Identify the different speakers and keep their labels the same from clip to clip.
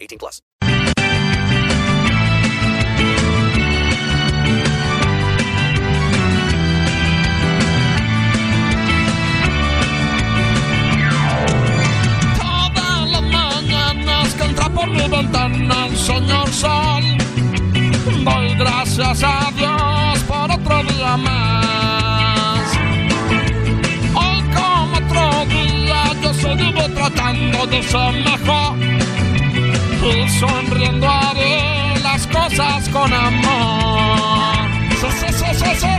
Speaker 1: 18 plus.
Speaker 2: Todas las mañanas que entra por mi ventana el señor sol. Doy gracias a Dios por otro día más. Hoy como otro día yo sigo tratando de ser mejor. Y sonriendo haré las cosas con amor. Sí, sí, sí, sí, sí.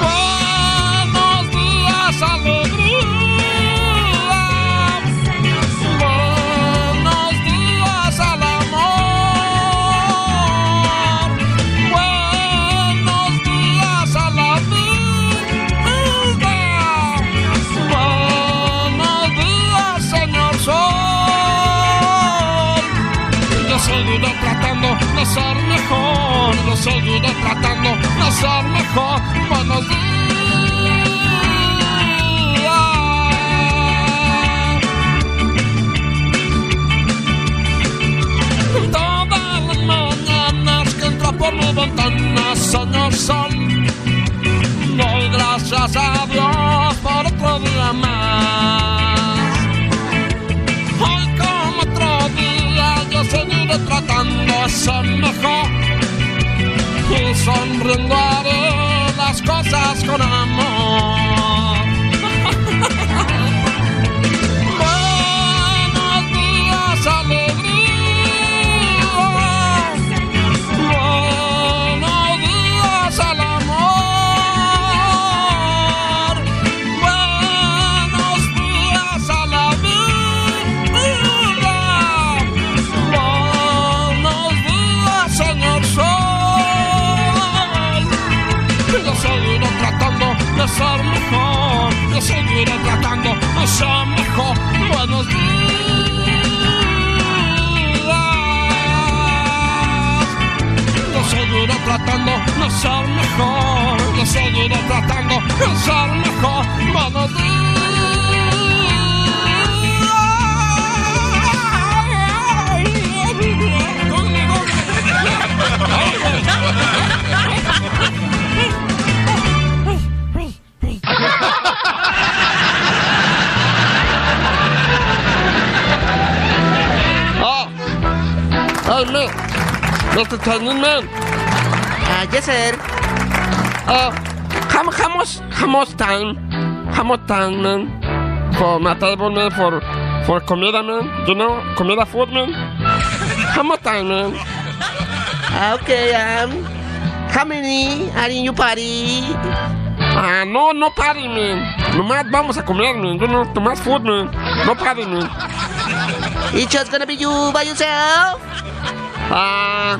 Speaker 2: Buenos días, alegría. Buenos días al amor. Buenos días a la vida. Buenos días, señor Sol. Yo seguiré tratando de ser mejor. Yo seguiré tratando de ser mejor. Buenos días. Todas las mañanas que entra por mi ventana, señor sol, doy gracias a Dios por otro día más. Hoy como otro día yo seguiré tratando de ser mejor y sonriendo haré las cosas con amor. Buenos días, alegría. Buenos días al amor. Buenos días a la vida. Buenos días, señor sol. Yo seguiré tratando de ser mejor. Yo seguiré tratando de ser mejor. Buenos días. Yo seguiré tratando de ser mejor. Yo seguiré tratando de ser mejor. Buenos días. Oh. Hey, man. Mr. Tiny Man.
Speaker 3: Uh, yes, sir.
Speaker 2: Uh, how, how much how much time how much time man for my table man for for comida man you know comida food man how much time man
Speaker 3: Okay, um, how many are in your party?
Speaker 2: ah no no party man nomás vamos a comer man you know tomás food man no party man
Speaker 3: It's just gonna be you by yourself?
Speaker 2: ah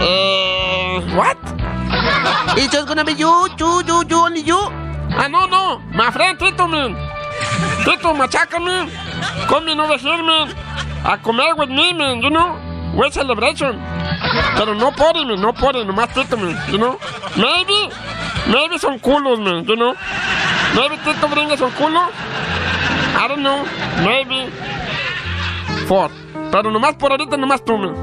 Speaker 2: uh, what
Speaker 3: It's just gonna be you, you, you, you, only you?
Speaker 2: Ah, no, no. My friend Tito, man. Tito, machaca, man. Coming over here, man. A comer with me, man, you know. We're celebration. Pero no party, man. No party. Nomás Tito, man, you know. Maybe, maybe some culos, man, you know. Maybe Tito bringa some culo. I don't know. Maybe. Four. Pero nomás por ahorita, nomás tú, man.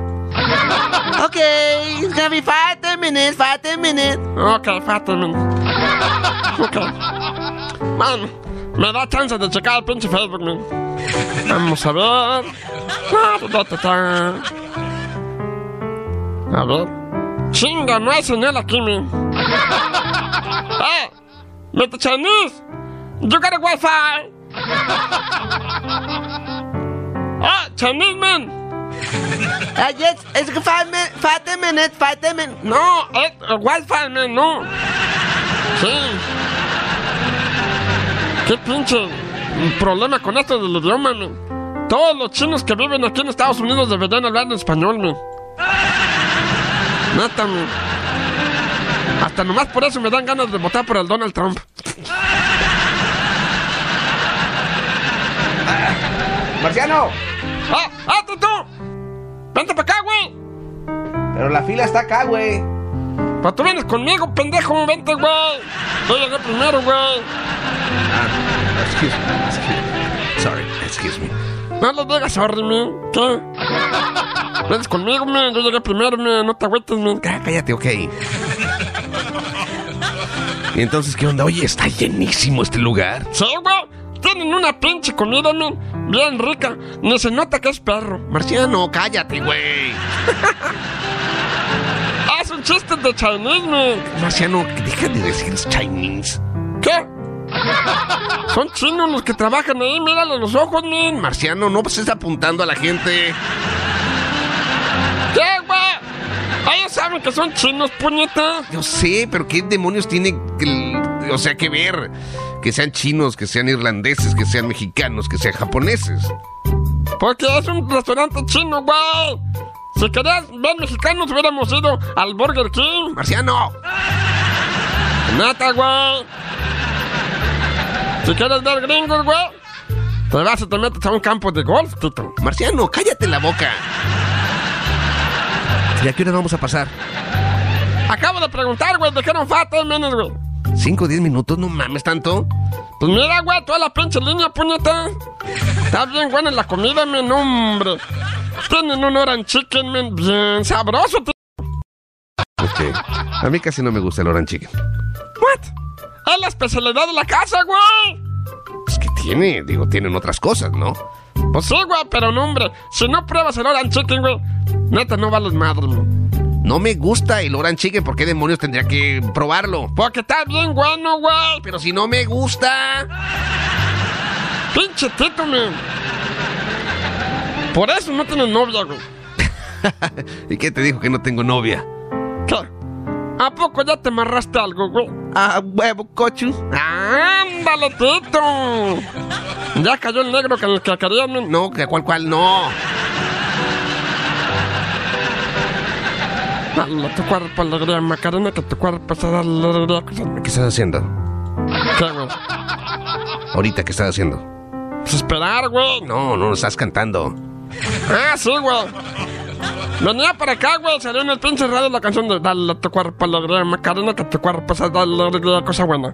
Speaker 3: Okay, it's gonna be five, ten minutes, five, ten minutes.
Speaker 2: Okay, fácil, man. Okay. Man, me da chance de checar el pinche Facebook, man. Vamos a ver. Ah, Ta, ta, ta, ta, ta. A ver. Chinga, no hay señal aquí, man. Ah, Hey, Mr. Chinese, you got a Wi-Fi. Ah, Chinese man.
Speaker 3: Uh, yes, it's five minutes, five, ten minutes, five, ten minutes.
Speaker 2: No, eh, eh, Wi-Fi man, no. Sí. Qué pinche problema con esto del idioma, man. Todos los chinos que viven aquí en Estados Unidos deberían hablar en español, men. Neta, men. Hasta nomás por eso me dan ganas de votar por el Donald Trump.
Speaker 4: Marciano,
Speaker 2: ¡Ah! ¡Ah, tú, tú! ¡Vente para acá, güey!
Speaker 4: pero la fila está acá, güey.
Speaker 2: Pero tú vienes conmigo, pendejo, vente, güey. Yo llegué primero, güey.
Speaker 4: Ah, Excuse me, excuse me. Sorry, excuse me.
Speaker 2: No le digas sorry, men. ¿Qué? Vienes conmigo, men. Yo llegué primero, men. No te agüites, men.
Speaker 4: Ah, cállate, ok. Y entonces, ¿qué onda? Oye, está llenísimo este lugar.
Speaker 2: Sí, güey. Tienen una pinche comida, men. Bien rica. Ni se nota que es perro.
Speaker 4: Marciano, cállate, güey.
Speaker 2: Haz un chiste de Chinese, men.
Speaker 4: Marciano, deja de decir Chinese.
Speaker 2: ¿Qué? Son chinos los que trabajan ahí. Mírale los ojos, men.
Speaker 4: Marciano, no se está apuntando a la gente.
Speaker 2: ¿Qué, güey? Ellos saben que son chinos, puñeta.
Speaker 4: Yo sé, pero ¿qué demonios tiene, que- o sea, que ver? Que sean chinos, que sean irlandeses, que sean mexicanos, que sean japoneses.
Speaker 2: Porque es un restaurante chino, güey. Si querías ver mexicanos, hubiéramos ido al Burger King.
Speaker 4: Marciano,
Speaker 2: Neta, güey. Si quieres ver gringos, güey, te vas y te metes a un campo de golf, Tito.
Speaker 4: Marciano, cállate la boca. ¿Y a qué hora vamos a pasar?
Speaker 2: Acabo de preguntar, güey, dejaron fat menos, güey.
Speaker 4: ¿Cinco o diez minutos? No mames tanto.
Speaker 2: Pues mira, güey, toda la pinche línea, puñeta. Está bien buena la comida, men, hombre. Tienen un orange chicken, men, bien sabroso, Tito.
Speaker 4: Ok. A mí casi no me gusta el orange chicken.
Speaker 2: What? Es la especialidad de la casa, güey.
Speaker 4: Pues que tiene, digo, tienen otras cosas, ¿no?
Speaker 2: Pues sí, güey, pero no, hombre. Si no pruebas el Orange Chicken, güey, neta no vales madre, güey.
Speaker 4: No me gusta el orange chicken, ¿por qué demonios tendría que probarlo?
Speaker 2: Porque está bien bueno, güey.
Speaker 4: Pero si no me gusta...
Speaker 2: Pinche tito, man. Por eso no tienes novia, güey.
Speaker 4: ¿Y qué te dijo que no tengo novia?
Speaker 2: ¿Qué? ¿A poco ya te amarraste algo, güey?
Speaker 4: Ah, huevo, cochu.
Speaker 2: ¡Ándale, tito! Ya cayó el negro con el que quería, man.
Speaker 4: No, que cual cual no.
Speaker 2: Dale tu cuerpo alegría, Macarena, que tu cuerpo se da alegría.
Speaker 4: ¿Qué estás haciendo?
Speaker 2: ¿Qué, güey?
Speaker 4: Ahorita, ¿qué estás haciendo?
Speaker 2: Pues esperar, güey.
Speaker 4: No, no, estás cantando.
Speaker 2: Ah, sí, güey. Venía para acá, güey. Salió en el pinche radio la canción de Dale a tu cuerpo alegría, Macarena, que tu cuerpo se da alegría, cosa buena.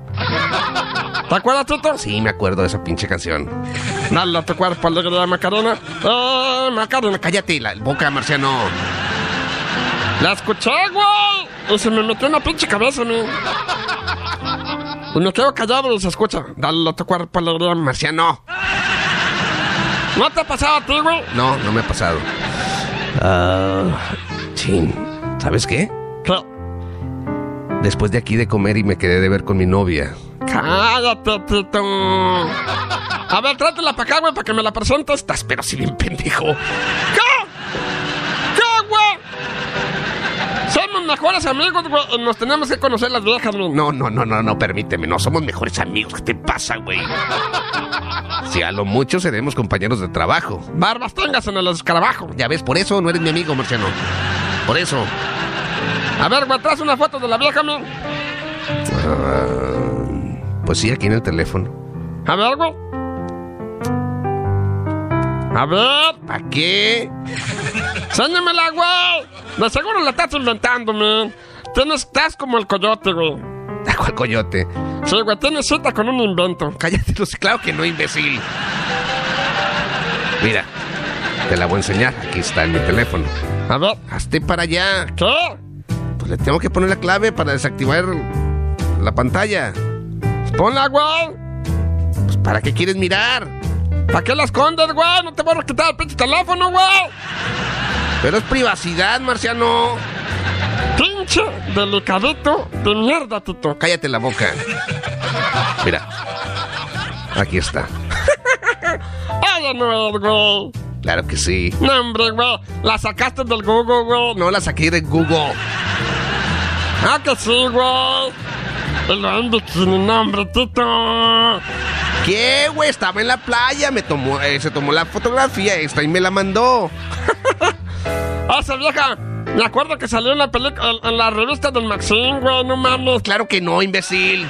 Speaker 2: ¿Te acuerdas, Tito?
Speaker 4: Sí, me acuerdo de esa pinche canción.
Speaker 2: Dale a tu cuerpo alegría, Macarena. Eh, Macarena, cállate.
Speaker 4: Cállate la boca, Marciano.
Speaker 2: La escuché, güey. Y se me metió en la pinche cabeza, mi. Y me quedo callado y se escucha. Dale a tu cuerpo alegría, Macarena.
Speaker 4: Marciano.
Speaker 2: ¿No te ha pasado a ti, güey?
Speaker 4: No, no me ha pasado. Ah, chin. ¿Sabes qué?
Speaker 2: ¿Qué?
Speaker 4: Después de aquí de comer y me quedé de ver con mi novia.
Speaker 2: Cállate, Tito. A ver, trátela para acá, güey, para que me la presentes.
Speaker 4: Estás pero si bien pendejo.
Speaker 2: ¿Qué? ¿Qué, güey? Somos mejores amigos, güey. y Nos tenemos que conocer las viejas, güey.
Speaker 4: No, no, no, no, no, permíteme. No somos mejores amigos. ¿Qué te pasa, güey? Si a lo mucho seremos compañeros de trabajo.
Speaker 2: Barbas tengas en el escarabajo.
Speaker 4: Ya ves, por eso no eres mi amigo, Marciano. Por eso.
Speaker 2: A ver, güey, traes una foto de la vieja, güey.
Speaker 4: Pues sí, aquí en el teléfono.
Speaker 2: A ver, güey. A ver,
Speaker 4: ¿Para qué?
Speaker 2: séñamela, güey. De seguro la estás inventando, man. Tienes, estás como el coyote, güey.
Speaker 4: Ah, ¿Cuál coyote?
Speaker 2: Sí, güey, tienes cita con un invento.
Speaker 4: Cállate, los... claro que no, imbécil. Mira, te la voy a enseñar. Aquí está en mi teléfono.
Speaker 2: A ver,
Speaker 4: Hazte para allá.
Speaker 2: ¿qué?
Speaker 4: Pues le tengo que poner la clave para desactivar la pantalla.
Speaker 2: Ponla, Ah, güey.
Speaker 4: Pues, ¿Para qué quieres mirar?
Speaker 2: ¿Para qué la escondes, güey? No te voy a quitar el pinche teléfono, güey.
Speaker 4: Pero es privacidad, Marciano.
Speaker 2: Pinche delicadito de mierda, Tito.
Speaker 4: Cállate la boca. Mira. Aquí está.
Speaker 2: Ay, no es, güey.
Speaker 4: Claro que sí.
Speaker 2: No, hombre, güey. La sacaste del Google, güey.
Speaker 4: No la saqué de Google.
Speaker 2: pues, Ah, que sí, güey. El hombre tiene nombre, Tito.
Speaker 4: ¿Qué, güey? Estaba en la playa, me tomó, eh, se tomó la fotografía esta y me la mandó.
Speaker 2: ¡Esa vieja! Me acuerdo que salió en la película, en la revista del Maxim, güey, no mames.
Speaker 4: Claro que no, imbécil.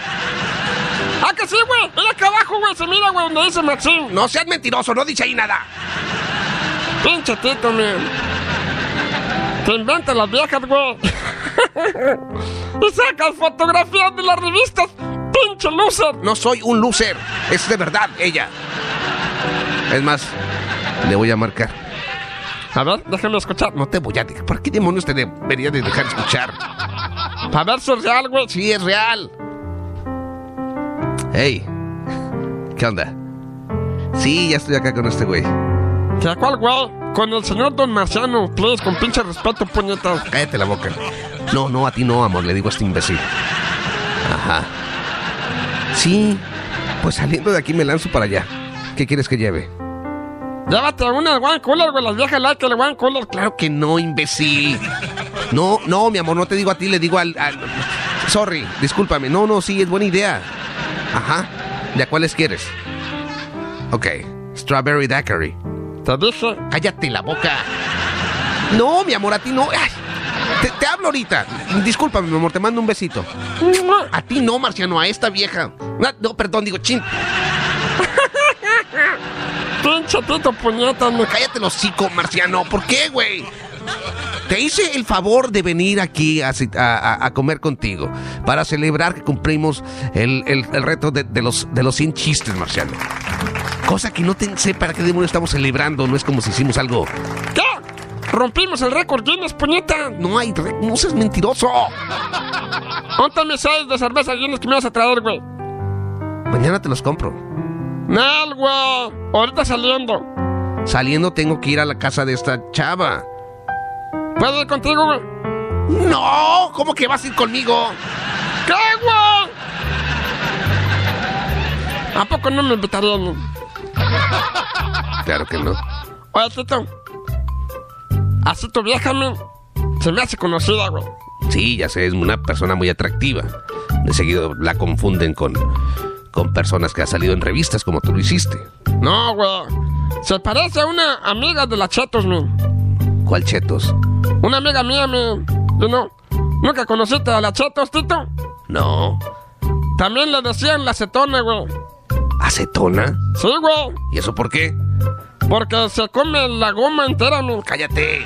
Speaker 2: ¡Ah, que sí, güey! Mira acá abajo, güey, se mira, güey, donde dice Maxim.
Speaker 4: No seas mentiroso, no dice ahí nada.
Speaker 2: Pinche tito, man. Te inventan las viejas, güey. y sacas fotografías de las revistas. ¡Pinche loser!
Speaker 4: No soy un loser. Es de verdad ella. Es más, le voy a marcar.
Speaker 2: A ver, déjame escuchar.
Speaker 4: No te voy a dejar. ¿Por qué demonios te debería de dejar escuchar?
Speaker 2: A ver si es real, güey.
Speaker 4: Sí, es real. Hey, ¿qué onda? Sí, ya estoy acá con este güey.
Speaker 2: ¿Que a cuál, güey? Con el señor Don Marciano, please, con pinche respeto, puñetas.
Speaker 4: Cállate la boca. No, no, a ti no, amor, le digo a este imbécil. Ajá. Sí, pues saliendo de aquí me lanzo para allá. ¿Qué quieres que lleve?
Speaker 2: Llévate una one cooler, güey, las viejas like el one cooler.
Speaker 4: Claro que no, imbécil. No, no, mi amor, no te digo a ti, le digo al... al- Sorry, discúlpame. No, no, sí, es buena idea. Ajá. ¿De a cuáles quieres? Ok, Strawberry Daiquiri.
Speaker 2: Te dije,
Speaker 4: Cállate la boca. No, mi amor, a ti no. Ay, te, te hablo ahorita. Discúlpame, mi amor, te mando un besito. A ti no, Marciano, a esta vieja. Ah, No, perdón, digo, chin.
Speaker 2: pinche tito, puñetas, me
Speaker 4: Cállate el hocico, Marciano. ¿Por qué, güey? Te hice el favor de venir aquí a, ci- a- a- a comer contigo para celebrar que cumplimos el, el- el reto de, de los, de los 100 chistes, Marciano. Cosa que no te sé para qué demonios estamos celebrando. No es como si hicimos algo.
Speaker 2: ¿Qué? Rompimos el récord Guinness, puñeta.
Speaker 4: No hay... re- No seas mentiroso.
Speaker 2: Ponte mis seis de cerveza Guinness que me vas a traer, güey.
Speaker 4: Mañana te los compro.
Speaker 2: Nel, güey. Ahorita saliendo.
Speaker 4: Saliendo tengo que ir a la casa de esta chava.
Speaker 2: ¿Puedo ir contigo, güey?
Speaker 4: No, ¿cómo que vas a ir conmigo?
Speaker 2: ¿Qué, güey? ¿A poco no me invitarían? güey?
Speaker 4: Claro que no.
Speaker 2: Oye, Tito. Así tu vieja, men, Se me hace conocida, güey.
Speaker 4: Sí, ya sé, es una persona muy atractiva. De seguido la confunden con, con personas que ha salido en revistas como tú lo hiciste.
Speaker 2: No, güey. Se parece a una amiga de la Chetos, men.
Speaker 4: ¿Cuál chetos?
Speaker 2: Una amiga mía, men. Yo no. ¿Nunca conociste a la Chetos, Tito?
Speaker 4: No.
Speaker 2: También le decían la acetona, güey.
Speaker 4: ¿Acetona?
Speaker 2: Sí, güey.
Speaker 4: ¿Y eso por qué?
Speaker 2: Porque se come la goma entera, men.
Speaker 4: ¡Cállate!